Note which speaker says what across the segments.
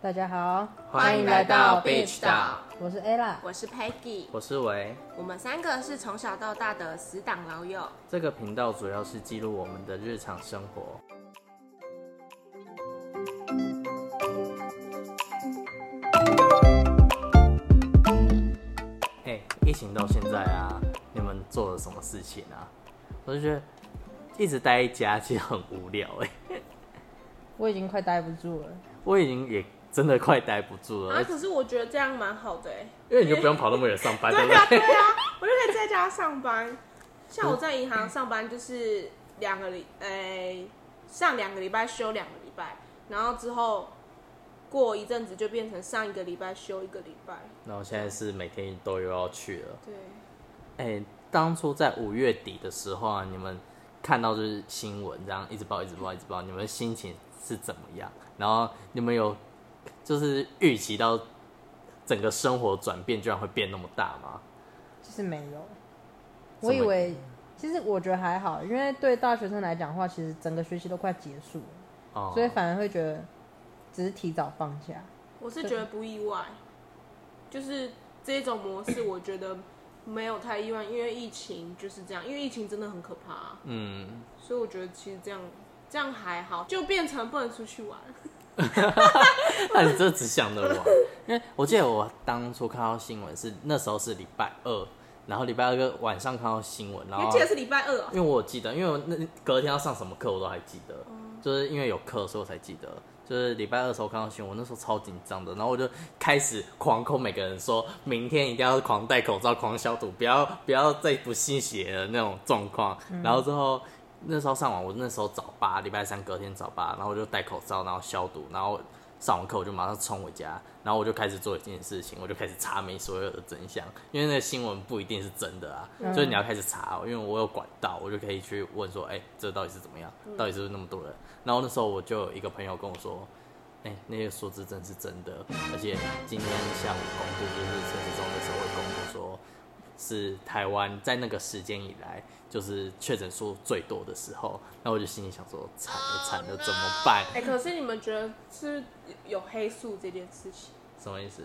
Speaker 1: 大家好，
Speaker 2: 欢迎来到 Beach 岛，
Speaker 1: 我是 Ella。
Speaker 3: 我是 Peggy，
Speaker 2: 我是维。
Speaker 3: 我们三个是从小到大的死党老友。
Speaker 2: 这个频道主要是记录我们的日常生活。嘿，疫情到现在啊，你们做了什么事情啊？我就觉得一直待在家其实很无聊哎、
Speaker 1: 我已经快待不住了，
Speaker 2: 我已经也真的快待不住了，
Speaker 3: 啊，可是我觉得这样蛮好的哎。
Speaker 2: 因为你就不用跑那么远上班，对不
Speaker 3: 对啊，
Speaker 2: 对？
Speaker 3: 对啊，我就可以在家上班。像我在银行上班，就是两个礼，诶、上两个礼拜休两个礼拜，然后之后过一阵子就变成上一个礼拜休一个礼拜。
Speaker 2: 然后现在是每天都又要去了。
Speaker 3: 对，
Speaker 2: 哎、当初在五月底的时候啊，你们看到就是新闻这样一直报、一直报、一直报，你们的心情是怎么样？然后你们有就是预期到整个生活转变居然会变那么大吗？
Speaker 1: 其实没有。我以为，其实我觉得还好，因为对大学生来讲的话，其实整个学期都快结束了，
Speaker 2: 哦，
Speaker 1: 所以反而会觉得只是提早放假。
Speaker 3: 我是觉得不意外，就是这种模式，我觉得没有太意外，因为疫情就是这样，因为疫情真的很可怕、啊
Speaker 2: 嗯，
Speaker 3: 所以我觉得其实这样这样还好，就变成不能出去玩。
Speaker 2: 那你这只想着玩，因为我记得我当初看到新闻是那时候是礼拜二，然后礼拜二个晚上看到新闻，然
Speaker 3: 因为
Speaker 2: 后
Speaker 3: 记得是礼拜二、哦
Speaker 2: 因为我记得，因为我那隔天要上什么课我都还记得，就是因为有课所以我才记得。就是礼拜二的时候看到新闻，我那时候超紧张的，然后我就开始狂扣每个人说，明天一定要狂戴口罩、狂消毒，不要 不要再不信邪的那种状况。然后之后那时候上网，我那时候早八，礼拜三隔天早八，然后我就戴口罩，然后消毒，然后上完课我就马上冲回家，然后我就开始做一件事情，我就开始查明所有的真相，因为那个新闻不一定是真的啊，所以你要开始查，因为我有管道，我就可以去问说，哎、这到底是怎么样？到底是不是那么多人？然后那时候我就有一个朋友跟我说。哎、那些数字真是真的，而且今天下午公布，就是陈时中那时候会跟我说，是台湾在那个时间以来，就是确诊数最多的时候。那我就心里想说，惨了惨了，怎么办？
Speaker 3: 哎、可是你们觉得是不是有黑素这件事情，
Speaker 2: 什么意思？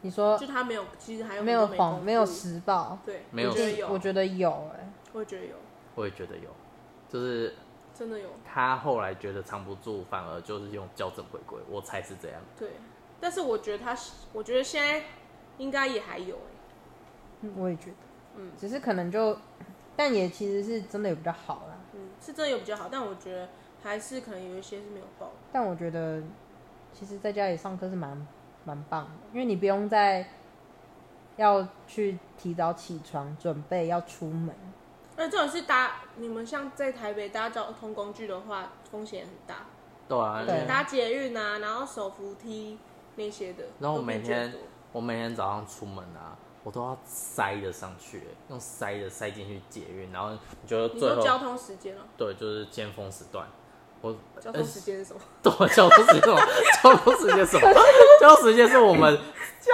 Speaker 1: 你说
Speaker 3: 就他没有，其实还有
Speaker 1: 没有
Speaker 3: 有
Speaker 1: 谎，没有，实报，
Speaker 3: 对，
Speaker 2: 没有
Speaker 3: 我觉得有，
Speaker 1: 我觉得有哎、
Speaker 3: 我觉得有，
Speaker 2: 我也觉得有，就是
Speaker 3: 真的有，
Speaker 2: 他后来觉得藏不住，反而就是用校正回归，我猜是这样。
Speaker 3: 对。但是我觉得他，我觉得现在应该也还有、哎，
Speaker 1: 嗯我也觉得，嗯，只是可能就，但也其实是真的有比较好啦。
Speaker 3: 嗯，是真的有比较好，但我觉得还是可能有一些是没有报的，
Speaker 1: 但我觉得，其实在家里上课是蛮蛮棒的，因为你不用再要去提早起床准备要出门。
Speaker 3: 而且这种是搭你们像在台北搭交通工具的话，风险很大，
Speaker 2: 对啊，因
Speaker 1: 对
Speaker 2: 为
Speaker 3: 搭捷运啊，然后手扶梯那些的，
Speaker 2: 然后我
Speaker 3: 都
Speaker 2: 每
Speaker 3: 比较
Speaker 2: 天
Speaker 3: 多
Speaker 2: 我每天早上出门啊，我都要塞着上去，用塞着塞进去捷运，然后你就
Speaker 3: 你
Speaker 2: 最
Speaker 3: 说交
Speaker 2: 后
Speaker 3: 通时间哦、
Speaker 2: 对，就是尖峰时段。我
Speaker 3: 交通时间是什么？
Speaker 2: 对，交通时间， 交通时间什么？ 交通时间是我 们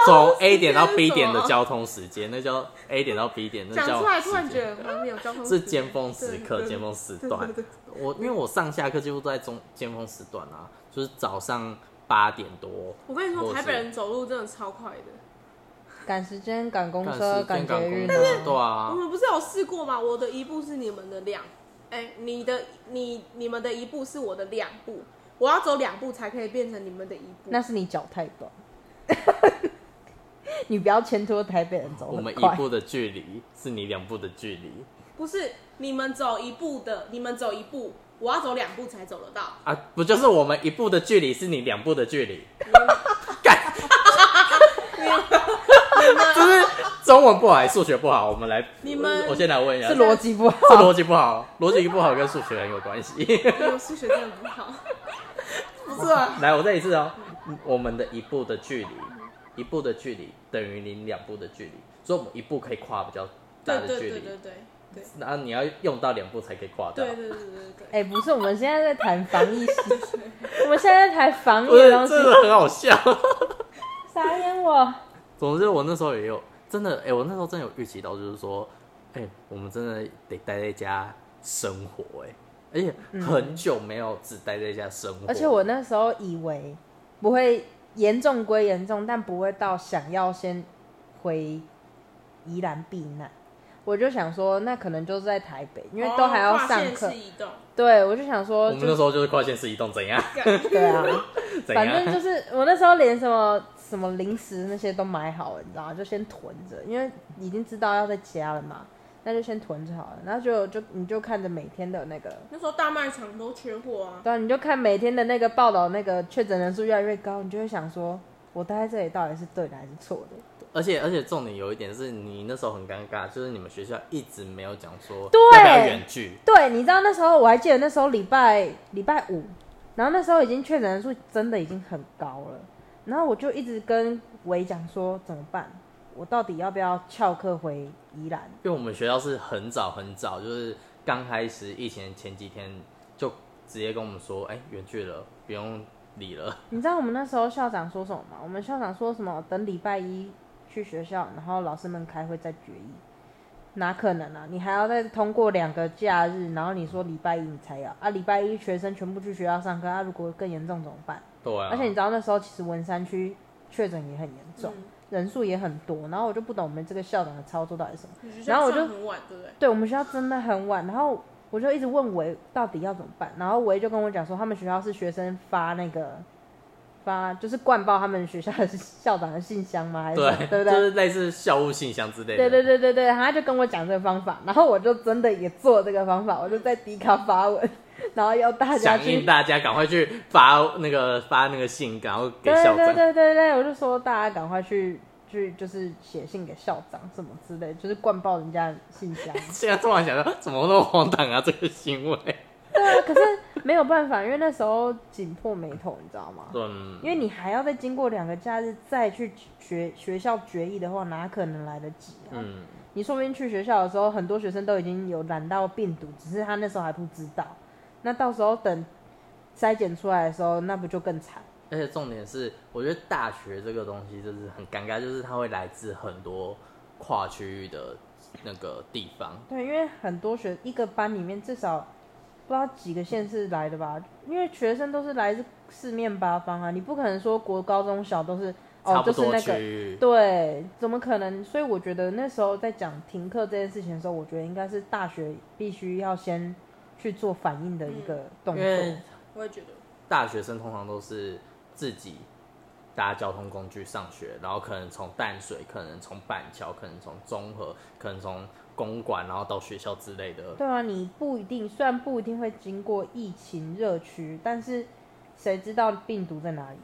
Speaker 2: 从 A 点到 B 点的交通时间，那叫 A 点到 B 点，那
Speaker 3: 讲
Speaker 2: 叫
Speaker 3: 出来突然
Speaker 2: 时间
Speaker 3: 觉得很荒谬，交通
Speaker 2: 是
Speaker 3: 时间
Speaker 2: 尖峰时刻、
Speaker 3: 对
Speaker 2: 尖峰时段。我因为我上下课几乎都在中尖峰时段啊，就是早上八点多。
Speaker 3: 我跟你
Speaker 2: 或
Speaker 3: 说，
Speaker 2: 是
Speaker 3: 台北人走路真的超快的。
Speaker 1: 赶时间、赶公
Speaker 2: 干
Speaker 1: 车、
Speaker 2: 时间
Speaker 1: 捷运
Speaker 2: 公车
Speaker 1: 啊，
Speaker 2: 对
Speaker 3: 我
Speaker 2: 啊，
Speaker 3: 们不是有试过吗？我的一步是你们的两，哎、你的你你们的一步是我的两步，我要走两步才可以变成你们的一步。
Speaker 1: 那是你脚太短。 你不要牵拖台北人走
Speaker 2: 我们
Speaker 1: 很
Speaker 2: 一
Speaker 1: 快，
Speaker 2: 步的距离是你两步的距离
Speaker 3: 不是你们走一步的，你们走一步，我要走两步才走 得到。
Speaker 2: 啊，不就是我们一步的距离是你两步的距离？ 干，就是中文不好，还是数学不好，我们来，
Speaker 3: 你们
Speaker 2: 我先来问一下，
Speaker 1: 是逻辑不好。
Speaker 2: 是逻辑不好，逻辑不好跟数学很有关系。
Speaker 3: 我哎数学真的不好，
Speaker 2: 不是啊， 来，我再一次哦。我们的一步的距离，一步的距离等于你两步的距离，所以我们一步可以跨比较大
Speaker 3: 对
Speaker 2: 的
Speaker 3: 对
Speaker 2: 距
Speaker 3: 对对
Speaker 2: 离，
Speaker 3: 对对
Speaker 2: 然后你要用到两步才可以跨到。
Speaker 3: 对对对对对。
Speaker 1: 哎、不是，我们现在在 谈防疫，我们现在在谈防疫
Speaker 2: 不是
Speaker 1: 的东，西
Speaker 2: 真。的很好笑。
Speaker 1: 我。
Speaker 2: 总之，我那时候也有真的，哎、我那时候真的有预期到，就是说，哎、我们真的得待在家生活、哎，而且很久没有只待在家生活，
Speaker 1: 而且我那时候以为不会严重归严重，但不会到想要先回宜兰避难。我就想说，那可能就是在台北， 因为都还要
Speaker 3: 哦
Speaker 1: 上课。
Speaker 3: 是移动，
Speaker 1: 对，我就想
Speaker 2: 我
Speaker 1: 说
Speaker 2: 们那时
Speaker 1: 就，
Speaker 2: 候就是跨县市移动，怎样？
Speaker 1: 对啊，
Speaker 2: 怎
Speaker 1: 反正
Speaker 2: 样？
Speaker 1: 就是我那时候连什么什么零食那些都买好了，你知道吗？就先囤着，因为已经知道要在家了嘛，那就先囤着好了。然后就就你就看着每天的那个
Speaker 3: 那时候大卖场都缺货啊。
Speaker 1: 对啊，你就看每天的那个报道，那个确诊人数越来越高，你就会想说，我待在这里到底是对的还是错的？
Speaker 2: 而且而且重点有一点是你那时候很尴尬，就是你们学校一直没有讲说
Speaker 1: 对
Speaker 2: 要不要远距，
Speaker 1: 对，你知道那时候我还记得那时候礼拜礼拜五，然后那时候已经确诊人数真的已经很高了，然后我就一直跟维讲说怎么办，我到底要不要翘课回宜兰？
Speaker 2: 因为我们学校是很早很早，就是刚开始疫情前几天就直接跟我们说，哎、远距了，不用理了。
Speaker 1: 你知道我们那时候校长说什么吗？我们校长说什么？等礼拜一去学校，然后老师们开会再决议。哪可能啊！你还要再通过两个假日，然后你说礼拜一你才要啊？礼拜一学生全部去学校上课啊？如果更严重怎么办？
Speaker 2: 对啊，
Speaker 1: 而且你知道那时候其实文山区确诊也很严重，
Speaker 3: 嗯
Speaker 1: 人数也很多，然后我就不懂我们这个校长的操作到底是什么。
Speaker 3: 嗯你学
Speaker 1: 然后
Speaker 3: 校
Speaker 1: 我就
Speaker 3: 上很晚，对不对？
Speaker 1: 对我们学校真的很晚，然后我就一直问维到底要怎么办，然后维就跟我讲说，他们学校是学生发那个发就是灌爆他们学校的校长的信箱吗？还是什么
Speaker 2: 对
Speaker 1: 对不
Speaker 2: 就
Speaker 1: 对？
Speaker 2: 是类似校务信箱之类
Speaker 1: 对
Speaker 2: 的。
Speaker 1: 对对对对，他就跟我讲这个方法，然后我就真的也做这个方法，我就在迪卡发文，然后要大家
Speaker 2: 响
Speaker 1: 去
Speaker 2: 应大家赶快去发那个发那个信，然后给
Speaker 1: 对
Speaker 2: 校
Speaker 1: 对
Speaker 2: 长。
Speaker 1: 对对对，我就说大家赶快去去，就是写信给校长什么之类，就是灌爆人家信箱。 啊
Speaker 2: 现在突然想到，怎么那么荒唐啊？这个行为，
Speaker 1: 对啊， 可是没有办法，因为那时候紧迫眉头，你知道吗？
Speaker 2: 嗯，
Speaker 1: 因为你还要再经过两个假日再去学学校决议的话，哪可能来得及啊？
Speaker 2: 嗯，
Speaker 1: 你说不定去学校的时候，很多学生都已经有染到病毒，只是他那时候还不知道。那到时候等筛检出来的时候，那不就更惨？
Speaker 2: 而且重点是，我觉得大学这个东西就是很尴尬，就是它会来自很多跨区域的那个地方。
Speaker 1: 对，因为很多学一个班里面至少不知道几个县市来的吧，因为学生都是来自四面八方啊，你不可能说国高中小都是
Speaker 2: 差
Speaker 1: 哦，
Speaker 2: 不
Speaker 1: 就是
Speaker 2: 多
Speaker 1: 那
Speaker 2: 区
Speaker 1: 个
Speaker 2: 域，
Speaker 1: 对，怎么可能？所以我觉得那时候在讲停课这件事情的时候，我觉得应该是大学必须要先去做反应的一个动
Speaker 2: 嗯因
Speaker 1: 作。
Speaker 2: 为
Speaker 3: 我也觉得，
Speaker 2: 大学生通常都是自己搭交通工具上学，然后可能从淡水，可能从板桥，可能从中和，可能从公馆，然后到学校之类的。
Speaker 1: 对啊，你不一定，虽然不一定会经过疫情热区，但是谁知道病毒在哪里？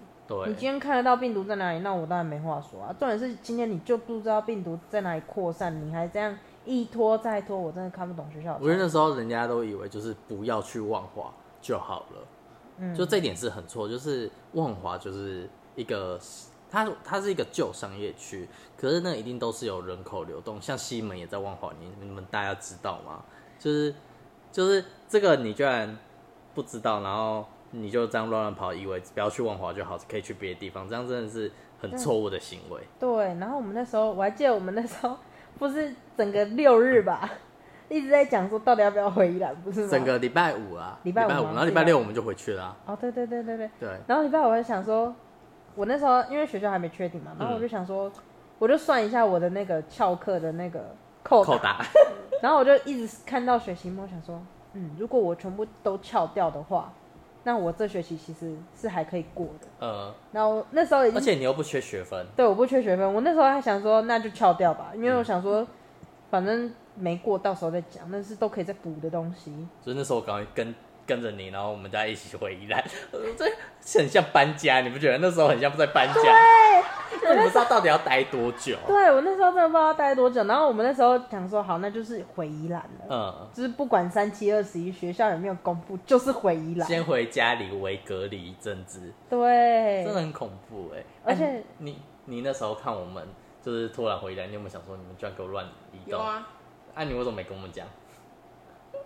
Speaker 1: 你今
Speaker 2: 对，
Speaker 1: 天看得到病毒在哪里，那我当然没话说啊。重点是今天你就不知道病毒在哪里扩散，你还这样一拖再拖，我真的看不懂学校的操作。
Speaker 2: 我觉得那时候人家都以为就是不要去万华就好了，
Speaker 1: 嗯
Speaker 2: 就这点是很错，就是万华就是一个。它它是一个旧商业区，可是那一定都是有人口流动，像西门也在万华，你你们大家知道吗？就是就是这个你居然不知道，然后你就这样乱乱跑，以为不要去万华就好，可以去别的地方，这样真的是很错误的行为。
Speaker 1: 对，然后我们那时候我还记得我们那时候不是整个六日吧，一直在讲说到底要不要回宜兰，不是吗？
Speaker 2: 整个礼拜五啊，
Speaker 1: 礼拜五
Speaker 2: 五，
Speaker 1: 吗
Speaker 2: 然后礼拜六我们就回去了啊、
Speaker 1: 哦，对对对对对。
Speaker 2: 对，
Speaker 1: 然后礼拜五我还想说，我那时候因为学校还没确定嘛，然后我就想说，我就算一下我的那个翘课的那个扣打
Speaker 2: 扣 打，
Speaker 1: 然后我就一直看到学期末，想说，嗯，如果我全部都翘掉的话，那我这学期其实是还可以过的。
Speaker 2: 呃，
Speaker 1: 然后那时候已
Speaker 2: 而
Speaker 1: 经
Speaker 2: 且你又不缺学分，
Speaker 1: 对我不缺学分，我那时候还想说那就翘掉吧，因
Speaker 2: 嗯
Speaker 1: 为我想说，反正没过到时候再讲，那是都可以再补的东西。
Speaker 2: 所以那时候我赶快跟跟着你，然后我们大家一起回宜兰， 呃这很像搬家，你不觉得那时候很像在搬家？因为你不知道到底要待多久。
Speaker 1: 对我那时候真的不知道待多久，然后我们那时候想说，好，那就是回宜兰了。
Speaker 2: 嗯，
Speaker 1: 就是不管三七二十一，学校有没有公布，就是回宜兰。
Speaker 2: 先回家里围隔离一阵子，
Speaker 1: 对，
Speaker 2: 真的很恐怖哎、
Speaker 1: 而且
Speaker 2: 哎你你那时候看我们就是突然回来，你有没有想说你们居然给我乱移
Speaker 3: 有
Speaker 2: 动？
Speaker 3: 啊，
Speaker 2: 啊，你为什么没跟我们讲？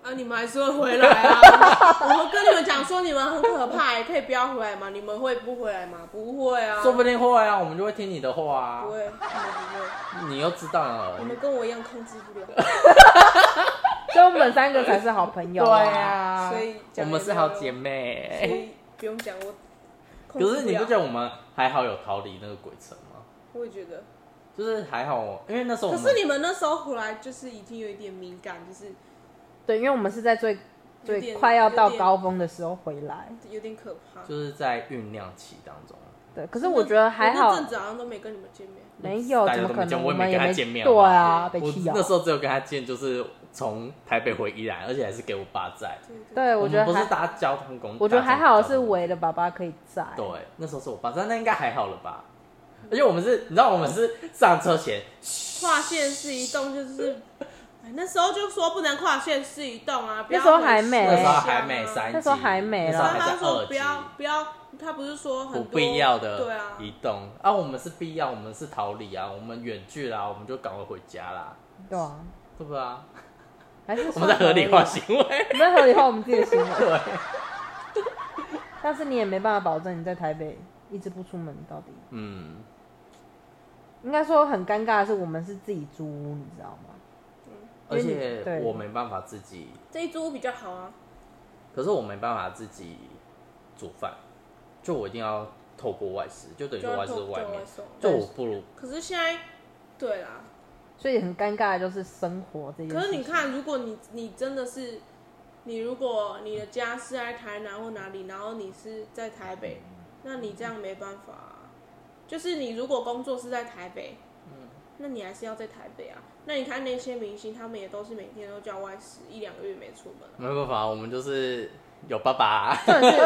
Speaker 3: 啊，你们还是会回 来啊！我跟你们讲说你们很可怕，欸可以不要回来吗？你们会不回来吗？不会啊，
Speaker 2: 说不定会啊，我们就会听你的话啊
Speaker 3: 不，会，你们不会，
Speaker 2: 你又知道了
Speaker 3: 你。们跟我一样控制 不了，
Speaker 1: 所以我们三个才是好朋友、
Speaker 2: 对啊，
Speaker 3: 所以
Speaker 2: 我
Speaker 3: 讲
Speaker 2: 们是好姐妹。
Speaker 3: 所以不用讲我控制
Speaker 2: 可
Speaker 3: 了。
Speaker 2: 是你不觉得我们还好有逃离那个鬼城吗？
Speaker 3: 我也觉得。
Speaker 2: 就是还好，因为那时候我
Speaker 3: 可
Speaker 2: 们
Speaker 3: 是你们那时候回来就是已经有一点敏感，就是
Speaker 1: 对，因为我们是在最
Speaker 3: 有
Speaker 1: 最
Speaker 3: 点
Speaker 1: 快要到高峰的时候回来。
Speaker 3: 有点可怕。
Speaker 2: 就是在酝酿期当中，
Speaker 1: 对，可是我觉得还
Speaker 3: 我
Speaker 1: 好
Speaker 3: 那，阵子好像都没跟你们见面。
Speaker 1: 没有
Speaker 2: 大
Speaker 1: 哦怎么
Speaker 2: 家都
Speaker 1: 可
Speaker 2: 没见，
Speaker 1: 能
Speaker 2: 我也
Speaker 1: 们也
Speaker 2: 跟他
Speaker 1: 没
Speaker 2: 见面。
Speaker 1: 对啊，被
Speaker 2: 我
Speaker 1: 气啊
Speaker 2: 那。时候只有跟他见，就是从台北回宜兰，而且还是给我爸在。
Speaker 1: 对，
Speaker 2: 我
Speaker 1: 我
Speaker 2: 们
Speaker 1: 觉得
Speaker 2: 不是
Speaker 1: 还，
Speaker 2: 搭交通工具，
Speaker 1: 我觉得还好
Speaker 2: 搭
Speaker 1: 是
Speaker 2: 交通工具
Speaker 1: 维的爸爸可以在。
Speaker 2: 对，那时候是我爸，但那应该还好了吧？而且我们是，你知道我们是上车前，
Speaker 3: 跨县市移动就是，哎，那时候就说不能跨县市移动啊。不要
Speaker 1: 那时候还没
Speaker 3: 回
Speaker 2: 那
Speaker 3: 乡
Speaker 2: 时
Speaker 3: 啊
Speaker 2: 候还没三级，
Speaker 1: 那时候还没啊
Speaker 2: 那
Speaker 1: 啦
Speaker 2: 时候
Speaker 3: 然后
Speaker 2: 还
Speaker 3: 他
Speaker 2: 在
Speaker 3: 说
Speaker 2: 二
Speaker 3: 不要
Speaker 2: 级，
Speaker 3: 不要，他不是说很
Speaker 2: 不
Speaker 3: 多
Speaker 2: 必要
Speaker 3: 对
Speaker 2: 的
Speaker 3: 啊，
Speaker 2: 移动啊，我们是必要，我们是逃离啊，我们远距啦，我们就赶快回家啦，
Speaker 1: 对啊，
Speaker 2: 对不对啊？
Speaker 1: 还是
Speaker 2: 我们在合理化
Speaker 1: 行
Speaker 2: 行为，
Speaker 1: 啊我们在合理化我们自己的行为。
Speaker 2: 对，
Speaker 1: 但是你也没办法保证你在台北一直不出门到底。
Speaker 2: 嗯，
Speaker 1: 应该说很尴尬的是，我们是自己租屋，你知道吗？
Speaker 2: 而
Speaker 1: 因为你
Speaker 2: 且
Speaker 1: 对
Speaker 2: 我没办法自己，
Speaker 3: 这一租比较好啊。
Speaker 2: 可是我没办法自己煮饭，就我一定要透过外食，就等于
Speaker 3: 就
Speaker 2: 说
Speaker 3: 要
Speaker 2: 外食
Speaker 3: 透
Speaker 2: 外
Speaker 3: 就
Speaker 2: 面
Speaker 3: 外，送
Speaker 2: 就我不如
Speaker 3: 可是现在，对啦，
Speaker 1: 所以很尴尬的就是生活这件事。
Speaker 3: 可是你，看，如果你你真的是，你如果你的家是在台南或哪里，然后你是在台北，
Speaker 1: 嗯
Speaker 3: 那你这样没办法、啊。就是你如果工作是在台北，
Speaker 1: 嗯
Speaker 3: 那你还是要在台北啊。那你看那些明星，他们也都是每天都叫外食，一两个月没出门啊、
Speaker 2: 没办法，我们就是有爸爸，
Speaker 1: 重点是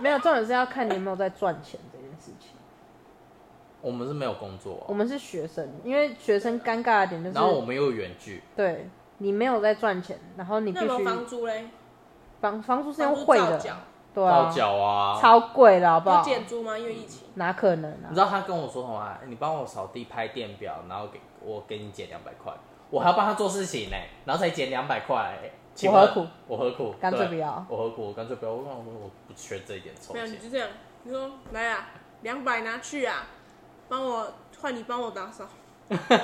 Speaker 1: 没有，重点是要看你有没有在赚钱这件事情。
Speaker 2: 我们是没有工
Speaker 1: 我
Speaker 2: 作，啊
Speaker 1: 们是学生，因为学生尴尬的点就是，
Speaker 2: 然后我们又有远距，
Speaker 1: 对你没有在赚钱，然后你必
Speaker 3: 那有没
Speaker 1: 须
Speaker 3: 有房租嘞？
Speaker 1: 房房租是
Speaker 3: 房
Speaker 1: 用
Speaker 3: 租
Speaker 1: 汇
Speaker 3: 照
Speaker 1: 的，
Speaker 3: 缴，
Speaker 1: 对
Speaker 2: 到
Speaker 1: 啊，
Speaker 2: 脚啊，
Speaker 1: 超贵了，好不
Speaker 3: 有
Speaker 1: 好？
Speaker 3: 减租吗？因为疫情。
Speaker 1: 哪可能
Speaker 2: 你
Speaker 1: 啊？
Speaker 2: 知道他跟我说什么吗？哎你帮我扫地拍电表，然后给我给你减两百块，我还要帮他做事情呢、然后才减两百块欸。请问
Speaker 1: 我何苦？
Speaker 2: 我何苦？
Speaker 1: 干脆
Speaker 2: 对
Speaker 1: 不要
Speaker 2: 我何苦？我干脆不要。我我我不缺这一点臭
Speaker 1: 嗯
Speaker 3: 没有，你
Speaker 2: 钱。
Speaker 3: 就这样，你说来啊，两百拿去啊，帮我换你帮我打扫，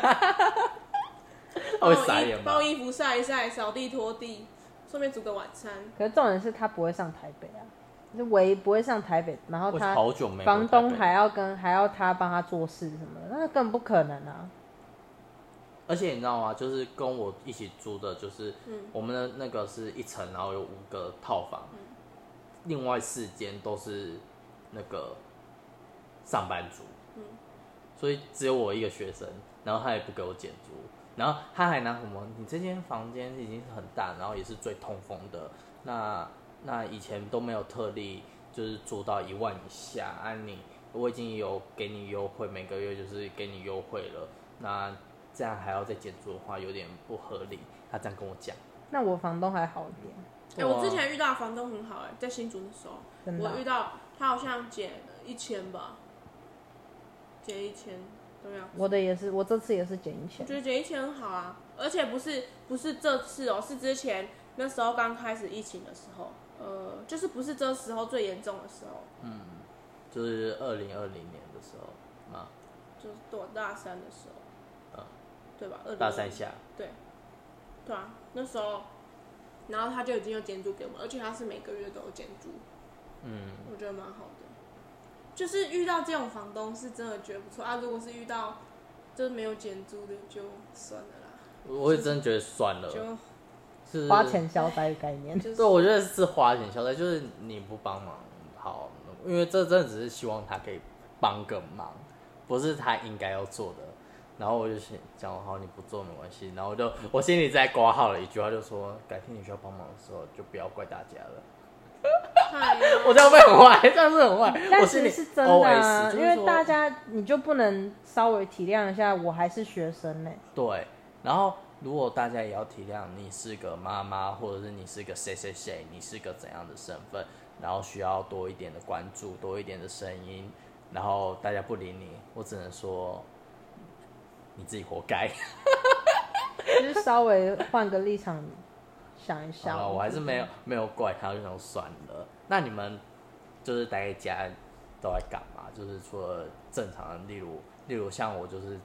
Speaker 2: 他会哦傻眼吗
Speaker 3: 包？衣服晒一晒，扫地拖地，顺便煮个晚餐。
Speaker 1: 可是重点是他不会上台北啊，就是唯一不会上台北，然后
Speaker 2: 我
Speaker 1: 他
Speaker 2: 好久没回
Speaker 1: 房东
Speaker 2: 台北
Speaker 1: 还要跟还要他帮他做事什么的，那更不可能啊。
Speaker 2: 而且你知道吗？就是跟我一起租的，就是
Speaker 3: 嗯
Speaker 2: 我们的那个是一层，然后有五个套房，另外四间都是那个上班族，所以只有我一个学生，然后他也不给我减租，然后他还拿什么？你这间房间已经很大，然后也是最通风的，那那以前都没有特例，就是租到一万以下，按、你我已经有给你优惠，每个月就是给你优惠了，那这样还要再减租的话，有点不合理。他这样跟我讲，
Speaker 1: 那我房东还好一点，
Speaker 3: 哎、我之前遇到的房东很好哎、在新竹的时候，
Speaker 1: 真的啊
Speaker 3: 我遇到他好像减一千吧，减一千，对呀、
Speaker 1: 我的也是，我这次也是减一
Speaker 3: 我
Speaker 1: 千
Speaker 3: 觉，得减一千很好啊，而且不是不是这次哦、是之前那时候刚开始疫情的时候，呃，就是不是这时候最严重的时候，
Speaker 2: 就是二零二零年的时候啊，
Speaker 3: 就是我大三的时候，
Speaker 2: 嗯
Speaker 3: 对吧？二
Speaker 2: 大三下，
Speaker 3: 对，对啊，那时候，然后他就已经有减租给我们，而且他是每个月都有减租，
Speaker 2: 嗯，
Speaker 3: 我觉得蛮好的。就是遇到这种房东是真的觉得不错啊，如果是遇到就是没有减租的就算了啦，
Speaker 2: 我也真的觉得算了，
Speaker 3: 就是
Speaker 1: 花钱消灾的概念。
Speaker 3: 就是
Speaker 2: 对，我觉得是花钱消灾，就是你不帮忙好，因为这真的只是希望他可以帮个忙，不是他应该要做的。然后我就想讲好，你不做没关系。然后我就我心里在挂号了一句话，就说改天你需要帮忙的时候，就不要怪大家了。
Speaker 3: 太啊
Speaker 2: 我这样会很坏， 这样是很坏。
Speaker 1: 但
Speaker 2: 我
Speaker 1: 其
Speaker 2: 心
Speaker 1: 实
Speaker 2: 里
Speaker 1: 是真的、
Speaker 2: OS
Speaker 1: 啊，
Speaker 2: 就是
Speaker 1: 因为
Speaker 2: 说
Speaker 1: 大家你就不能稍微体谅一下，我还是学生呢、
Speaker 2: 对，然后如果大家也要体谅你是个妈妈，或者是你是个谁谁谁，你是个怎样的身份，然后需要多一点的关注，多一点的声音，然后大家不理你，我只能说你自己活该。
Speaker 1: 就是稍微换个立场想一
Speaker 2: 好
Speaker 1: 想。
Speaker 2: 了，我还是
Speaker 1: 嗯
Speaker 2: 没有没有怪他，就想说算了。那你们就是待在家都在干嘛？就是除了正常的，例如例如像我就是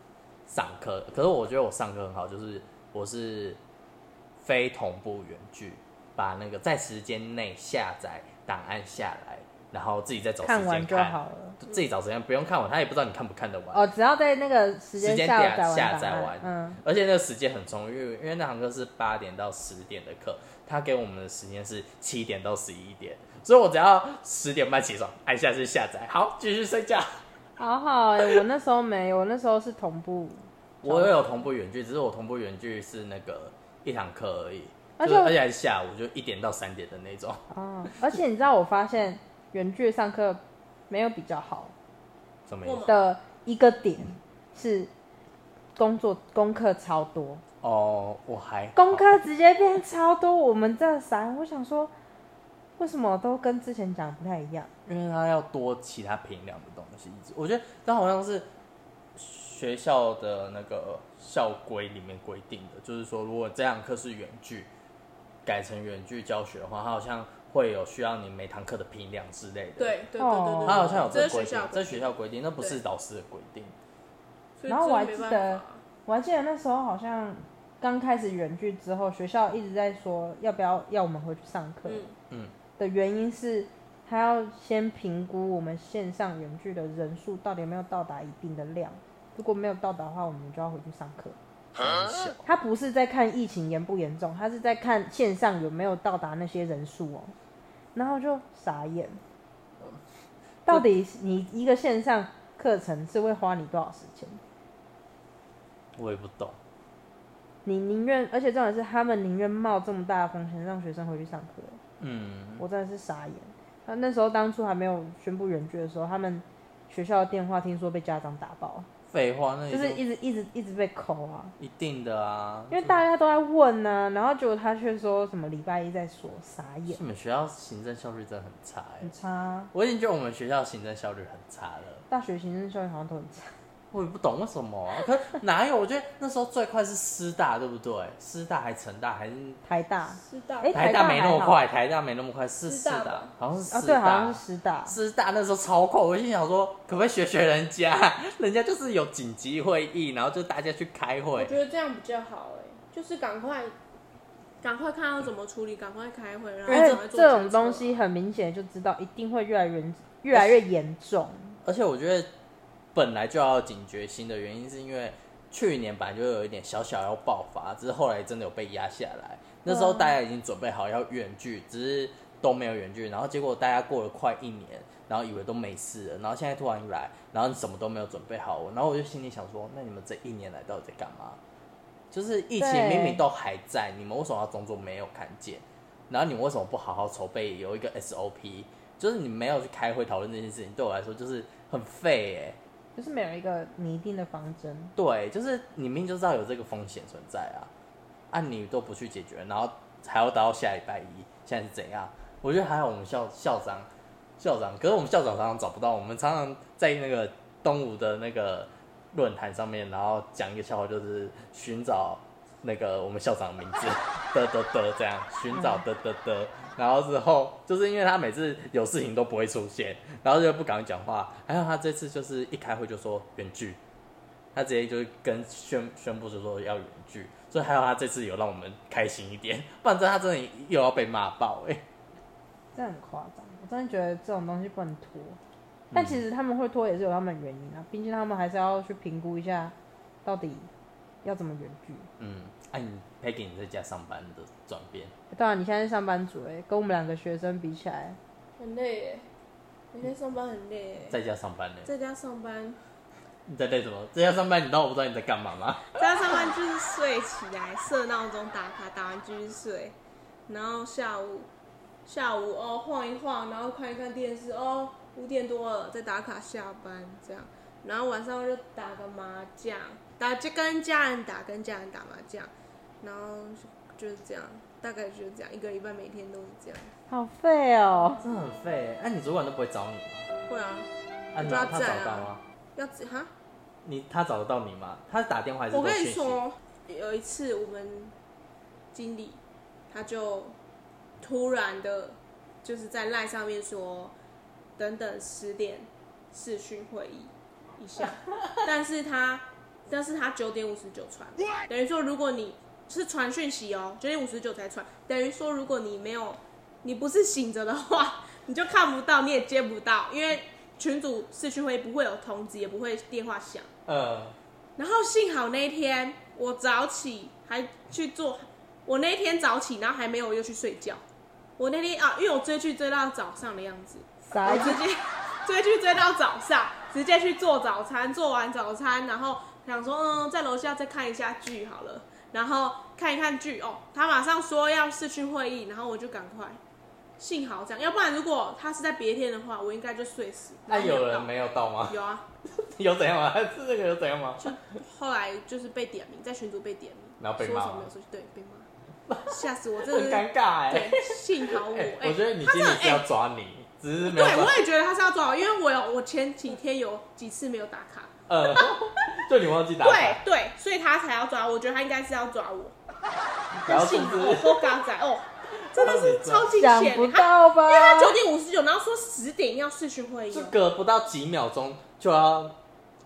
Speaker 2: 上课，可是我觉得我上课很好，就是我是非同步远距，把那个在时间内下载档案下来，然后自己再找时间
Speaker 1: 看完就好了。
Speaker 2: 自己找时间不用看完，他也不知道你看不看得完。
Speaker 1: 哦，只要在那个时间
Speaker 2: 时间
Speaker 1: 下
Speaker 2: 点
Speaker 1: 载完
Speaker 2: 下
Speaker 1: 档
Speaker 2: 载
Speaker 1: 案
Speaker 2: 完
Speaker 1: 嗯，
Speaker 2: 而且那个时间很充裕，因为那堂课是八点到十点的课，他给我们的时间是七点到十一点，所以我只要十点半起床，按下去下载，好，继续睡觉。
Speaker 1: 好好哎、我那时候没有，我那时候是同步，
Speaker 2: 我也有同步远距，只是我同步远距是那个一堂课而已，
Speaker 1: 而且
Speaker 2: 就是
Speaker 1: 我
Speaker 2: 而且还是下午，就一点到三点的那种。
Speaker 1: 哦，而且你知道，我发现远距上课没有比较好
Speaker 2: 什么意思？
Speaker 1: 的一个点是工作功课超多，
Speaker 2: 哦，我还好
Speaker 1: 功课直接变超多。我们这三，我想说，为什么都跟之前讲不太一样？
Speaker 2: 因为他要多其他评量的东西。我觉得这好像是学校的那个校规里面规定的，就是说如果这堂课是远距，改成远距教学的话，它好像会有需要你每堂课的评量之类的。，
Speaker 3: 对对对对
Speaker 1: 哦
Speaker 3: 对，
Speaker 2: 它好像有
Speaker 3: 这
Speaker 2: 这
Speaker 3: 是
Speaker 2: 个
Speaker 3: 学
Speaker 2: 规定
Speaker 3: 校，
Speaker 2: 这
Speaker 3: 的，
Speaker 2: 是学校规定，那不是老师的规定。
Speaker 3: 所以
Speaker 1: 然后我还
Speaker 3: 这
Speaker 1: 记
Speaker 3: 没
Speaker 1: 得
Speaker 3: 办法
Speaker 1: 我还记得那时候好像刚开始远距之后，学校一直在说要不要要我们回去上课
Speaker 3: 嗯，
Speaker 1: 的原因是。他要先评估我们线上远距的人数到底有没有到达一定的量，如果没有到达的话，我们就要回去上课。
Speaker 2: 很小
Speaker 1: 他不是在看疫情严不严重，他是在看线上有没有到达那些人数哦、然后就傻眼，到底你一个线上课程是会花你多少时间？
Speaker 2: 我也不懂。
Speaker 1: 你宁愿，而且重点是他们宁愿冒这么大的风险让学生回去上课，
Speaker 2: 嗯，
Speaker 1: 我真的是傻眼。那那时候当初还没有宣布远距的时候，他们学校的电话听说被家长打爆，
Speaker 2: 废话，那也
Speaker 1: 就是一直一直一直被扣啊。
Speaker 2: 一定的啊，
Speaker 1: 因为大家都在问呢、然后结果他却说什么礼拜一再说，傻眼，
Speaker 2: 你们学校行政效率真的很差哎、
Speaker 1: 很差啊。
Speaker 2: 我已经觉得我们学校行政效率很差了。
Speaker 1: 大学行政效益好像都很差。
Speaker 2: 我也不懂为什么、啊，可是哪有？我觉得那时候最快是师大，对不对？师大还成大还是
Speaker 1: 台大
Speaker 3: 师大，
Speaker 1: 哎台
Speaker 2: 台
Speaker 1: 大
Speaker 2: 大没那
Speaker 1: 还
Speaker 2: 么
Speaker 1: 好
Speaker 2: 快，台大没那么快，是
Speaker 3: 师
Speaker 2: 师
Speaker 3: 大吧
Speaker 2: 大，好像是
Speaker 1: 啊，
Speaker 2: 师
Speaker 1: 对，
Speaker 2: 大，
Speaker 1: 好像是师大。
Speaker 2: 师大那时候超快，我心想说可不可以学学人家？ 人家就是有紧急会议，然后就大家去开
Speaker 3: 我
Speaker 2: 会。
Speaker 3: 觉得这样比较好哎、就是赶快赶快看要怎么处理，赶快开会，然后
Speaker 1: 而
Speaker 3: 赶
Speaker 1: 且
Speaker 3: 快做
Speaker 1: 这种
Speaker 3: 决策
Speaker 1: 东西很明显就知道一定会越来越严越来越严重。
Speaker 2: 而且我觉得本来就要有警觉心的原因，是因为去年本来就有一点小小要爆发，只是后来真的有被压下来。那时候大家已经准备好要远距，只是都没有远距，然后结果大家过了快一年，然后以为都没事了，然后现在突然一来，然后你什么都没有准备好，然后我就心里想说，那你们这一年来到底在干嘛？就是疫情
Speaker 1: 对
Speaker 2: 明明都还在，你们为什么要装作没有看见？然后你们为什么不好好筹备有一个 SOP？就是你没有去开会讨论这件事情，对我来说就是很废哎、
Speaker 1: 就是没有一个拟定的方针，
Speaker 2: 对，就是你明明就知道有这个风险存在啊，啊你都不去解决，然后还要到下礼拜一，现在是怎样？我觉得还好，我们校校长校长，可是我们校长常常找不到，我们常常在那个东吴的那个论坛上面，然后讲一个笑话，就是寻找那个我们校长的名字， 得得得这样寻找得得得，然后之后就是因为他每次有事情都不会出现，然后就不敢讲话，还有他这次就是一开会就说远距。他直接就是跟宣宣布就说要远距，所以还有他这次有让我们开心一点，不然真的他真的又要被骂爆哎、
Speaker 1: 这很夸张。我真的觉得这种东西不能拖，
Speaker 2: 嗯
Speaker 1: 但其实他们会拖也是有他们的原因啊，毕竟他们还是要去评估一下到底要怎么远距。
Speaker 2: 嗯，哎、你 Peggy 你在家上班的转变，
Speaker 1: 当啊然，你现在是上班族哎、跟我们两个学生比起来，
Speaker 3: 很累哎、每天上班很累哎、
Speaker 2: 在家上班呢？
Speaker 3: 在家上班，
Speaker 2: 你在累什么？在家上班，你知道我不知道你在干嘛吗？
Speaker 3: 在家上班就是睡起来，设闹钟打卡，打完继续睡，然后下午下午哦晃一晃，然后看一看电视哦，五点多了再打卡下班这样，然后晚上就打个麻将，打就跟家人打，跟家人打麻将，然后就就是这样，大概就是这样，一个礼拜每天都是这样。
Speaker 1: 好废哦、
Speaker 2: 真的很废哎、哎、你主管都不会找你吗？
Speaker 3: 会啊，
Speaker 2: 啊，你
Speaker 3: 抓
Speaker 2: 他找
Speaker 3: 在啊
Speaker 2: 得到吗？
Speaker 3: 要自哈。
Speaker 2: 你他找得到你吗？他是打电话还是？
Speaker 3: 我跟你，说，有一次我们经理他就突然的，就是在赖上面说，等等十点视讯会议一下，但是他但是他九点五十九传，等于说如果你是传讯息哦，九点五十九才传，等于说如果你没有你不是醒着的话， 你就看不到，你也接不到，因为群主视讯会议不会有通知，也不会电话响。
Speaker 2: 呃，
Speaker 3: 然后幸好那一天我早起还去做，我那一天早起，然后还没有又去睡觉。我那天啊，因为我追剧追到早上的样子，
Speaker 1: 啥
Speaker 3: 我
Speaker 1: 意
Speaker 3: 直
Speaker 1: 思？
Speaker 3: 接追剧追到早上，直接去做早餐，做完早餐，然后想说，嗯，在楼下再看一下剧好了，然后看一看剧哦，他马上说要视讯会议，然后我就赶快，幸好这样，要不然如果他是在别天的话，我应该就睡死。
Speaker 2: 那有人
Speaker 3: 到
Speaker 2: 没有到吗？
Speaker 3: 有啊，
Speaker 2: 有怎样吗？ 是那个有怎样吗？
Speaker 3: 后来就是被点名，在群组被点名，
Speaker 2: 然后被
Speaker 3: 说
Speaker 2: 骂
Speaker 3: 什么没有出去，对，被骂， 吓死我，真的
Speaker 2: 很
Speaker 3: 是
Speaker 2: 尴尬哎、
Speaker 3: 对，幸好我，
Speaker 2: 哎
Speaker 3: 哎、
Speaker 2: 我觉得你
Speaker 3: 他
Speaker 2: 经
Speaker 3: 真
Speaker 2: 理
Speaker 3: 的
Speaker 2: 是
Speaker 3: 哎
Speaker 2: 要抓你，只是没有
Speaker 3: 对，
Speaker 2: 抓
Speaker 3: 我。也觉得他是要抓我，因为我有我前几天有几次没有打卡，
Speaker 2: 呃， 就你忘记打
Speaker 3: 对
Speaker 2: 卡，
Speaker 3: 对，所以他才要抓我，我觉得他应该是要抓我，
Speaker 2: 然后是
Speaker 3: 幸好
Speaker 2: 不
Speaker 3: 我
Speaker 2: 是？
Speaker 3: 够嘎仔哦，真的是超惊
Speaker 1: 想
Speaker 3: 险
Speaker 1: 不
Speaker 3: 的，他
Speaker 1: 到啊吧
Speaker 3: 因为？他九点五十九，然后说十点要视讯会议
Speaker 2: 就
Speaker 3: 哦，
Speaker 2: 隔不到几秒钟就要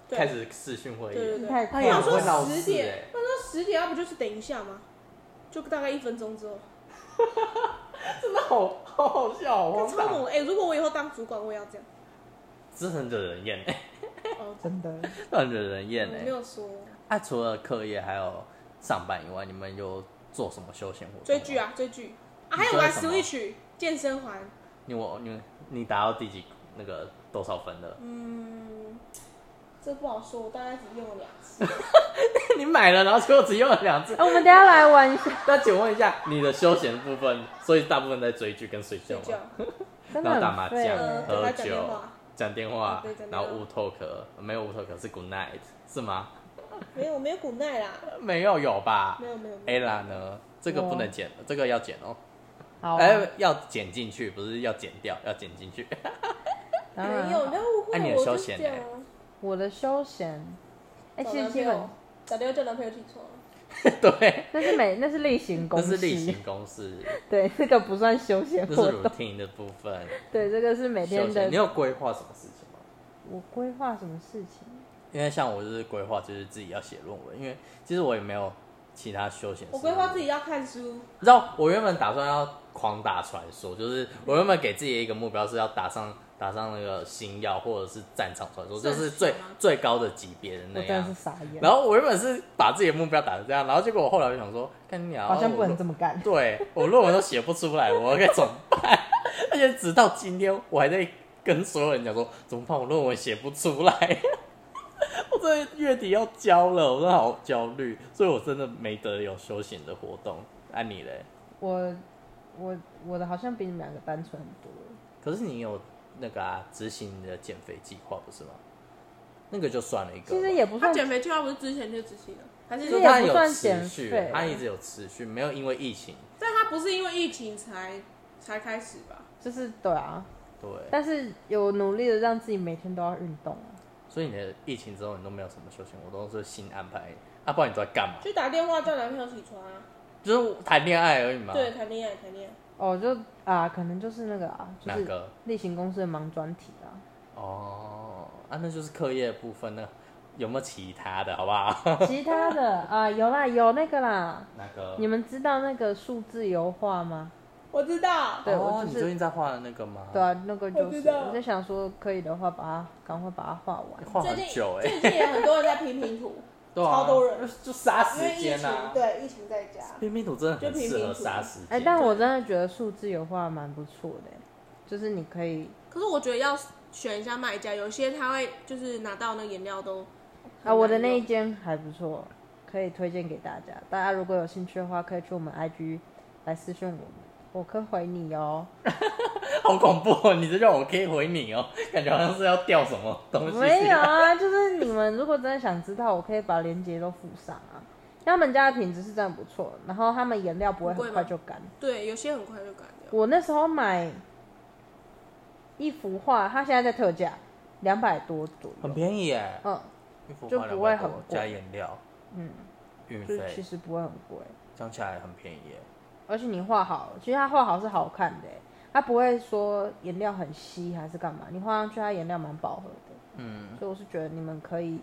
Speaker 3: 对
Speaker 2: 开始视讯会
Speaker 3: 对对
Speaker 2: 议，
Speaker 3: 对，
Speaker 1: 太
Speaker 2: 他
Speaker 1: 快
Speaker 2: 也
Speaker 3: 我
Speaker 2: 很
Speaker 1: 了，
Speaker 2: 会闹
Speaker 3: 说十
Speaker 2: 事哎、
Speaker 3: 点，他说十点，要不就是等一下吗？就大概一分钟之后。
Speaker 2: 真的好好好笑，好
Speaker 3: 他
Speaker 2: 荒
Speaker 3: 超猛
Speaker 2: 唐，
Speaker 3: 哎、欸如果我以后当主管，我也要这 样。
Speaker 2: 这很惹人厌 哎、
Speaker 3: 哦，
Speaker 1: 真的。
Speaker 2: 这很惹人厌
Speaker 3: 我
Speaker 2: 哎、
Speaker 3: 没有说
Speaker 2: 那、除了课业还有上班以外，你们有做什么休闲活动？
Speaker 3: 追剧！啊，追剧啊，还有
Speaker 2: 你
Speaker 3: 玩
Speaker 2: 追什么
Speaker 3: Switch 健身环，
Speaker 2: 你我你你达到第几那个多少分了？
Speaker 3: 嗯，这不好说，我大概只用了两 次。
Speaker 2: 你买了，然后最后只用了两次
Speaker 1: 哎、。我们等一下来玩一下，
Speaker 2: 那请问一下，你的休闲部分，所以大部分在追剧跟睡觉
Speaker 3: 睡
Speaker 2: 吗？
Speaker 3: 觉，
Speaker 1: 真的
Speaker 2: 然后打麻
Speaker 1: 很
Speaker 2: 将
Speaker 1: 废、
Speaker 3: 呃，
Speaker 1: 欸。
Speaker 3: 跟他
Speaker 2: 喝
Speaker 3: 讲电
Speaker 2: 酒
Speaker 3: 话，
Speaker 2: 讲电话
Speaker 3: 哦对讲，电
Speaker 2: 然
Speaker 3: 话
Speaker 2: 后无透壳，没有无透壳是 good night 是吗？
Speaker 3: 没有没有古奈啦，
Speaker 2: 没有有吧
Speaker 3: 没有没有没有，
Speaker 2: ？ella 呢？这个不能剪，这个要剪哦。
Speaker 1: 好、啊，
Speaker 2: 哎、要剪进去，不是要剪掉，要剪进 去。
Speaker 1: 当然
Speaker 3: 没有，没有误
Speaker 2: 哎啊你
Speaker 3: 会，
Speaker 2: 很休
Speaker 3: 我就
Speaker 2: 闲
Speaker 3: 是这样
Speaker 2: 欸
Speaker 3: 啊。
Speaker 1: 我的休闲，哎、
Speaker 3: 找
Speaker 1: 其实
Speaker 3: 男
Speaker 1: 基
Speaker 3: 朋
Speaker 1: 本
Speaker 3: 友，打电话叫男朋友起床。
Speaker 2: 啊对，
Speaker 1: 那是每那是例行公
Speaker 2: 这
Speaker 1: 事，
Speaker 2: 是例行公事，
Speaker 1: 对，这个不算休闲
Speaker 2: 这
Speaker 1: 活
Speaker 2: 是
Speaker 1: 动，
Speaker 2: routine 的部分。
Speaker 1: 对，这个是每
Speaker 2: 休
Speaker 1: 天
Speaker 2: 闲，你
Speaker 1: 的。
Speaker 2: 有规划什么事情吗？
Speaker 1: 我规划什么事情？
Speaker 2: 因为像我就是规划，就是自己要写论文，因为其实我也没有其他休闲。
Speaker 3: 我规划自己，要看书，
Speaker 2: 你知道我原本打算要狂打传说，就是我原本给自己一个目标是要打上打上那个星耀或者是战场传说，就
Speaker 3: 战场
Speaker 2: 是最
Speaker 3: 吗
Speaker 2: 最高的级别的
Speaker 1: 我
Speaker 2: 那
Speaker 1: 真的是
Speaker 2: 样。
Speaker 1: 傻眼，
Speaker 2: 然后我原本是把自己的目标打成这样，然后结果我后来就想说，看你啊，
Speaker 1: 好像不
Speaker 2: 我
Speaker 1: 能这么干。
Speaker 2: 对我论文都写不出来，我该怎么办？ 而且直到今天，我还在跟所有人讲说，怎么办？我论文写不出来， 我这月底要交了，我真的好焦虑，所以我真的没得有休闲的活动。按、你嘞，
Speaker 1: 我我我的好像比你们两个单纯很多。
Speaker 2: 可是你有那个啊，执行你的减肥计划不是吗？那个就算了一个吧，
Speaker 1: 其实也不
Speaker 3: 他
Speaker 1: 算，
Speaker 3: 减肥计划不是之前就执行了，还是
Speaker 1: 其实
Speaker 3: 说
Speaker 1: 也
Speaker 2: 它
Speaker 3: 他，
Speaker 1: 不
Speaker 2: 有
Speaker 1: 算
Speaker 2: 持
Speaker 1: 减
Speaker 2: 续
Speaker 1: 肥，
Speaker 2: 它一直有持续，没有因为疫情，
Speaker 3: 但他不是因为疫情才才开始吧？
Speaker 1: 就是对啊，
Speaker 2: 对，
Speaker 1: 但是有努力的让自己每天都要运动啊。
Speaker 2: 所以你的疫情之后你都没有什么休闲活动，都是新安排。啊，不然你都在干嘛？
Speaker 3: 就打电话叫男朋友起床啊，
Speaker 2: 就是谈恋爱而已嘛。
Speaker 3: 对，，谈恋爱谈恋爱。
Speaker 1: 哦，就啊，可能就是那个啊，就
Speaker 2: 哪
Speaker 1: 是
Speaker 2: 个？
Speaker 1: 例行公事的忙专题啊。
Speaker 2: 哦，啊，那就是课业的部分呢，有没有其他的，好不好？
Speaker 1: 其他的啊，有啦，有那个 啦。
Speaker 2: 那个
Speaker 1: 你们知道那个数字油画吗？
Speaker 3: 我知道，
Speaker 1: 对
Speaker 2: 哦
Speaker 1: 我就是
Speaker 2: 你最近在画的那个吗？
Speaker 1: 对，啊，那个就
Speaker 3: 我知
Speaker 1: 是，
Speaker 3: 道
Speaker 1: 我在想说，可以的话，把它赶快把它画完。
Speaker 2: 画
Speaker 3: 最
Speaker 2: 很
Speaker 3: 近
Speaker 2: 久哎、
Speaker 1: 欸
Speaker 3: 最近有很多人在拼拼 图，
Speaker 2: 对啊，
Speaker 3: 超多人，
Speaker 2: 就杀
Speaker 3: 因为
Speaker 2: 时
Speaker 3: 疫
Speaker 2: 间
Speaker 3: 情
Speaker 2: 啊。
Speaker 3: 对疫情在家，
Speaker 2: 拼拼图真的很
Speaker 3: 就拼
Speaker 2: 适
Speaker 3: 拼
Speaker 2: 合
Speaker 3: 图
Speaker 2: 杀时间。
Speaker 1: 哎、但我真的觉得数字油画蛮不错的、就是你可以
Speaker 3: 可是我觉得要选一下卖家，有些他会就是拿到那个颜料都
Speaker 1: 啊，我的那一间还不错，可以推荐给大家。大家如果有兴趣的话，可以去我们 IG 来私讯我们，我可以回你哦。
Speaker 2: 好恐怖哦！你这让我可以回你哦， 感觉好像是要掉什么东西。
Speaker 1: 没有啊，就是你们如果真的想知道，我可以把链接都附上啊。因为他们家的品质是真的不错，然后他们颜料不会很快就干。
Speaker 3: 对，有些很快就干掉。
Speaker 1: 我那时候买一幅画，它现在在特价，两百多左
Speaker 2: 很
Speaker 1: 右。
Speaker 2: 便宜耶，
Speaker 1: 嗯，
Speaker 2: 一幅
Speaker 1: 就
Speaker 2: 画
Speaker 1: 不会
Speaker 2: 200多
Speaker 1: 很贵
Speaker 2: 加颜料，
Speaker 1: 嗯，
Speaker 2: 运
Speaker 1: 就是其
Speaker 2: 费，
Speaker 1: 实不会很贵。
Speaker 2: 讲起来很便宜耶。
Speaker 1: 而且你画好，其实它画好是好看的欸，它不会说颜料很稀还是干嘛，你画上去它颜料蛮饱和的，
Speaker 2: 嗯，
Speaker 1: 所以我是觉得你们可以，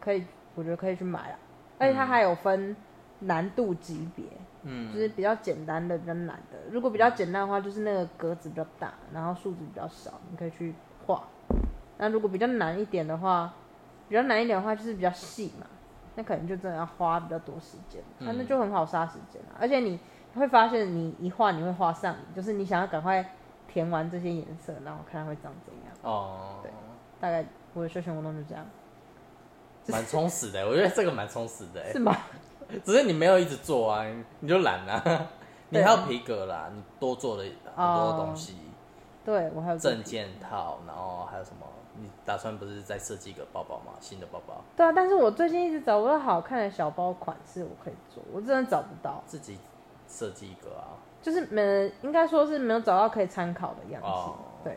Speaker 1: 可以，我觉得可以去买啦，啊而且它还有分难度级别，就
Speaker 2: 嗯
Speaker 1: 是比较简单的比较难的，如果比较简单的话，就是那个格子比较大，然后数字比较少，你可以去画。那如果比较难一点的话，比较难一点的话就是比较细嘛，那可能就真的要花比较多时间，那、
Speaker 2: 嗯
Speaker 1: 那就很好杀时间啊。而且你会发现，你一画你会画上瘾，就是你想要赶快填完这些颜色，然后看它会长怎样。
Speaker 2: 哦，
Speaker 1: 对大概我的休闲活动就这样，
Speaker 2: 蛮充实的，我觉得这个蛮充实的，
Speaker 1: 是吗？
Speaker 2: 只是你没有一直做啊，你你就懒啊，你
Speaker 1: 对
Speaker 2: 还有皮革啦，你多做了很多东西，
Speaker 1: 哦对我还有
Speaker 2: 证件套，然后还有什么？你打算不是再设计一个包包吗？新的包包
Speaker 1: 对啊，但是我最近一直找不到好看的小包款式，我可以做，我真的找不到。
Speaker 2: 自己设计一个啊，
Speaker 1: 就是没，应该说是没有找到可以参考的样子。
Speaker 2: 哦
Speaker 1: 对，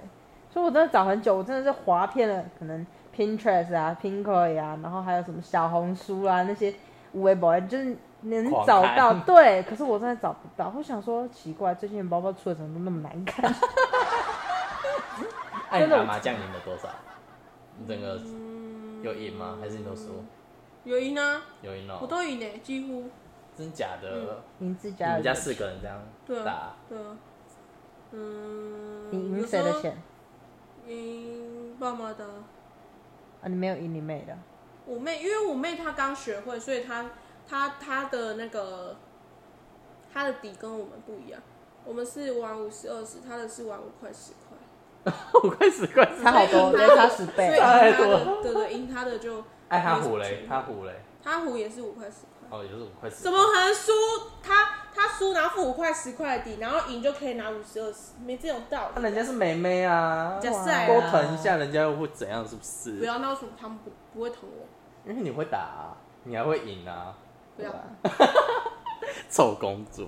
Speaker 1: 所以我真的找很久，我真的是划遍了可能 Pinterest 啊、Pinkoi 啊，然后还有什么小红书啊那些微博，就是能
Speaker 2: 狂
Speaker 1: 找
Speaker 2: 看
Speaker 1: 到。对，可是我真的找不到。我想说，奇怪，最近的包包出的怎么都那么难看？
Speaker 2: 哎，
Speaker 1: 真
Speaker 2: 你
Speaker 1: 的
Speaker 2: 打麻将赢了多少？你整个有赢吗？还是你都输？
Speaker 3: 有赢啊，
Speaker 2: 有赢
Speaker 3: 我
Speaker 2: 哦，
Speaker 3: 都赢呢，几乎。
Speaker 2: 真假的？
Speaker 1: 你自
Speaker 2: 你
Speaker 1: 家
Speaker 2: 们
Speaker 1: 人
Speaker 2: 家四个人这样
Speaker 3: 对
Speaker 2: 打
Speaker 3: 啊，，对啊，嗯，
Speaker 1: 你
Speaker 3: 有
Speaker 1: 赢
Speaker 3: 时
Speaker 1: 谁的
Speaker 3: 候
Speaker 1: 钱
Speaker 3: 赢爸妈的啊。
Speaker 1: 啊？你没有赢你妹的。
Speaker 3: 我妹，因为我妹她刚学会，所以她她她的那个她的底跟我们不一样。我们是玩五十二十，她的是玩五块十块，
Speaker 2: 我快死快死！
Speaker 1: 差好多，
Speaker 3: 所以
Speaker 1: 那差十
Speaker 3: 所以
Speaker 1: 倍
Speaker 3: 赢。她
Speaker 2: 太多
Speaker 3: 的对对，赢她的就
Speaker 2: 哎，他虎嘞，他虎嘞，
Speaker 3: 她胡也是五块十块，
Speaker 2: 哦，也是五块死。
Speaker 3: 怎么可能输？她她输拿付五块十块的底，然后赢就可以拿五十二十，没这种道
Speaker 2: 那
Speaker 3: 理。
Speaker 2: 人家是妹妹啊，
Speaker 3: 假赛啊
Speaker 2: 多疼一下人家又会怎样？是不
Speaker 3: 不
Speaker 2: 是？
Speaker 3: 要闹什么，他们不不会疼我，
Speaker 2: 因为你会打、啊，你还会赢 啊，
Speaker 3: 不要
Speaker 1: 对。啊
Speaker 2: 臭公主。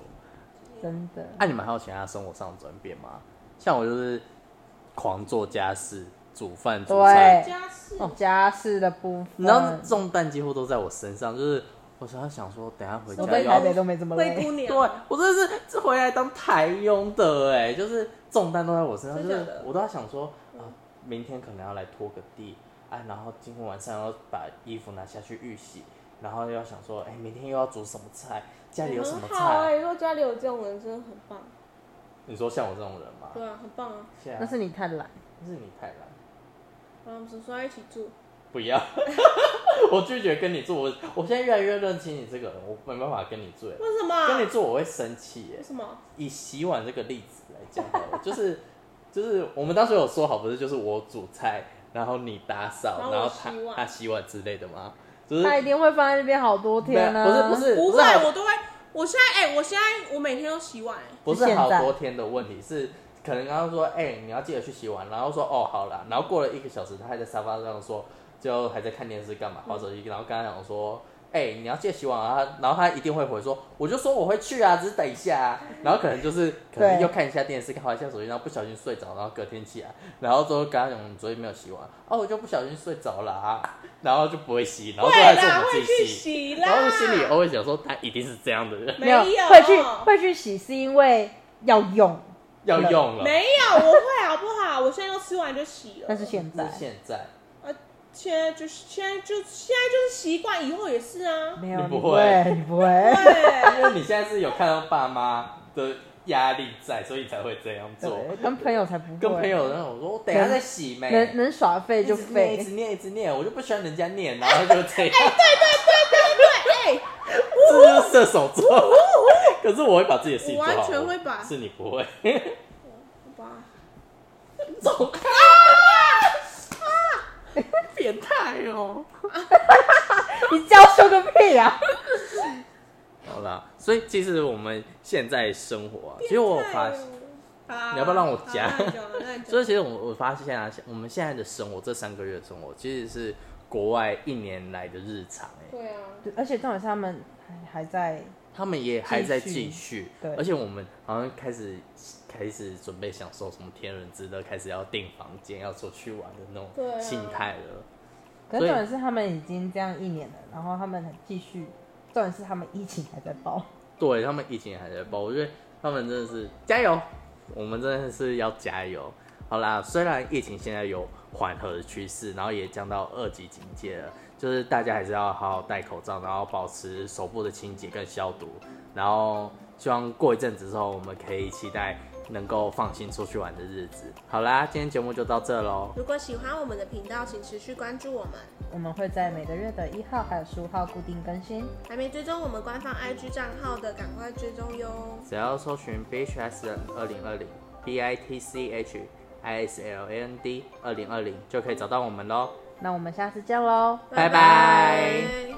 Speaker 1: 真的，
Speaker 2: 那、啊你们还有其他生活上的转变吗？像我就是狂做家事、煮饭、煮菜
Speaker 1: 对，
Speaker 3: 家事
Speaker 1: 家事的部分，
Speaker 2: 你知
Speaker 3: 嗯
Speaker 2: 道重担几乎都在我身上。就是我常常想说，等一下回
Speaker 1: 我
Speaker 2: 家
Speaker 1: 在台
Speaker 2: 要
Speaker 1: 北都没这么
Speaker 3: 灰
Speaker 1: 累。
Speaker 3: 姑娘，
Speaker 2: 对我真的是回来当台佣的哎、就是重担都在我身上，
Speaker 3: 真
Speaker 2: 就
Speaker 3: 的
Speaker 2: 是
Speaker 3: 假的
Speaker 2: 我都在想说啊，明天可能要来拖个地，哎、然后今天晚上要把衣服拿下去预洗，然后又要想说，哎、明天又要煮什么菜，家里有什么
Speaker 3: 很好哎、
Speaker 2: 菜？
Speaker 3: 如果家里有这种人，真的很棒。
Speaker 2: 你说像我这种人吗？
Speaker 3: 对啊，很棒啊！
Speaker 2: 现在
Speaker 1: 那是你太懒，
Speaker 2: 那是你太懒，
Speaker 3: 然后我们总说要一起住，
Speaker 2: 不要， 我拒绝跟你住。我我现在越来越认清你这个人，我没办法跟你住、哎
Speaker 3: 为什么？
Speaker 2: 跟你住我会生气耶、欸
Speaker 3: 为什么？
Speaker 2: 以洗碗这个例子来讲好了，就是就是我们当时有说好，不是就是我煮菜，然后你打扫，然
Speaker 3: 然后
Speaker 2: 后
Speaker 3: 我洗
Speaker 2: 他
Speaker 3: 碗
Speaker 2: 他洗碗之类的吗？就是
Speaker 1: 他一定会放在那边好多天啊呢、
Speaker 2: 不是不是
Speaker 3: 不
Speaker 2: 是
Speaker 3: 会，
Speaker 2: 好
Speaker 3: 我都会。我现在哎、我现在我每天都洗碗、哎
Speaker 2: 不是好
Speaker 1: 是现在
Speaker 2: 多天的问题，是可能刚刚说，哎、你要记得去洗碗，然后说哦好啦，然后过了一个小时，他还在沙发上说，就还在看电视干嘛，划手机，然后刚刚讲说。哎、你要记得洗碗啊！然后他一定会回说，我就说我会去啊，只是等一下、啊。然后可能就是可能
Speaker 1: 对
Speaker 2: 又看一下电视，看完一下手机，然后不小心睡着，然后隔天起来，然后之后刚刚讲你昨天没有洗碗，哦，我就不小心睡着了、啊，然后就不会洗，然后后
Speaker 3: 会
Speaker 2: 来是我
Speaker 3: 啦，
Speaker 2: 们
Speaker 3: 会
Speaker 2: 自己
Speaker 3: 去
Speaker 2: 洗，
Speaker 3: 洗啦。
Speaker 2: 然后心里偶尔想说，他一定是这样的人，
Speaker 3: 没
Speaker 1: 有
Speaker 3: 有
Speaker 1: 会去会去洗，是因为要用，
Speaker 2: 要用了。
Speaker 3: 没有，我会好不好？我现在都吃完就洗了。
Speaker 1: 但是现在
Speaker 2: 是现在，
Speaker 3: 啊，现在就是现在就现在就是习惯，以后也 是啊。
Speaker 1: 没有
Speaker 2: 你不
Speaker 1: 你
Speaker 2: 会
Speaker 1: 你不会
Speaker 3: 对，
Speaker 2: 因为你现在是有看到爸妈的压力在，所以才会这样做。
Speaker 1: 对，跟朋友才不会，
Speaker 2: 跟朋友那种说，我等一下再洗没，
Speaker 1: 能能耍废
Speaker 2: 一
Speaker 1: 就
Speaker 2: 直念一
Speaker 1: 废
Speaker 2: 直，念一直念，我就不喜欢人家念，然后就这样。
Speaker 3: 哎、
Speaker 2: 这就是射手座。可是我会把自己的事情做好，
Speaker 3: 我完全会把
Speaker 2: 是你不会。
Speaker 3: 好吧，
Speaker 2: 走开！变态哦！
Speaker 1: 你教授个屁啊！
Speaker 2: 好啦，所以其实我们现在生活啊，其实我有发现。
Speaker 3: 啊
Speaker 2: 你要不要让我夹
Speaker 3: 好那你讲那你 讲
Speaker 2: 所以其实我我发现啊，我们现在的生活，这三个月的生活，其实是国外一年来的日常、欸，
Speaker 3: 对啊，
Speaker 1: 而且重点是他们还还在，
Speaker 2: 他们也还在
Speaker 1: 继续
Speaker 2: 继续，
Speaker 1: 对
Speaker 2: 而且我们好像开始开始准备享受什么天伦之乐，开始要订房间，要出去玩的那
Speaker 3: 对
Speaker 2: 种
Speaker 3: 啊
Speaker 2: 心态了。
Speaker 1: 可是
Speaker 2: 所以
Speaker 1: 重点是他们已经这样一年了，然后他们还继续，重点是他们疫情还在爆，
Speaker 2: 对他们疫情也还在报，我觉得他们真的是加油，我们真的是要加油。好啦，虽然疫情现在有缓和的趋势，然后也降到二级警戒了，就是大家还是要好好戴口罩，然后保持手部的清洁跟消毒，然后希望过一阵子之后，我们可以期待能够放心出去玩的日子。好啦，今天节目就到这喽，
Speaker 3: 如果喜欢我们的频道，请持续关注我们。
Speaker 1: 我们会在每个月的一号还有十五号固定更新。
Speaker 3: 还没追踪我们官方 IG 账号的，赶快追踪哟。
Speaker 2: 只要搜寻 BHSN 二零二零 B I T C H I S L A N D 二零二零就可以找到我们喽。
Speaker 1: 那我们下次见喽，
Speaker 2: 拜拜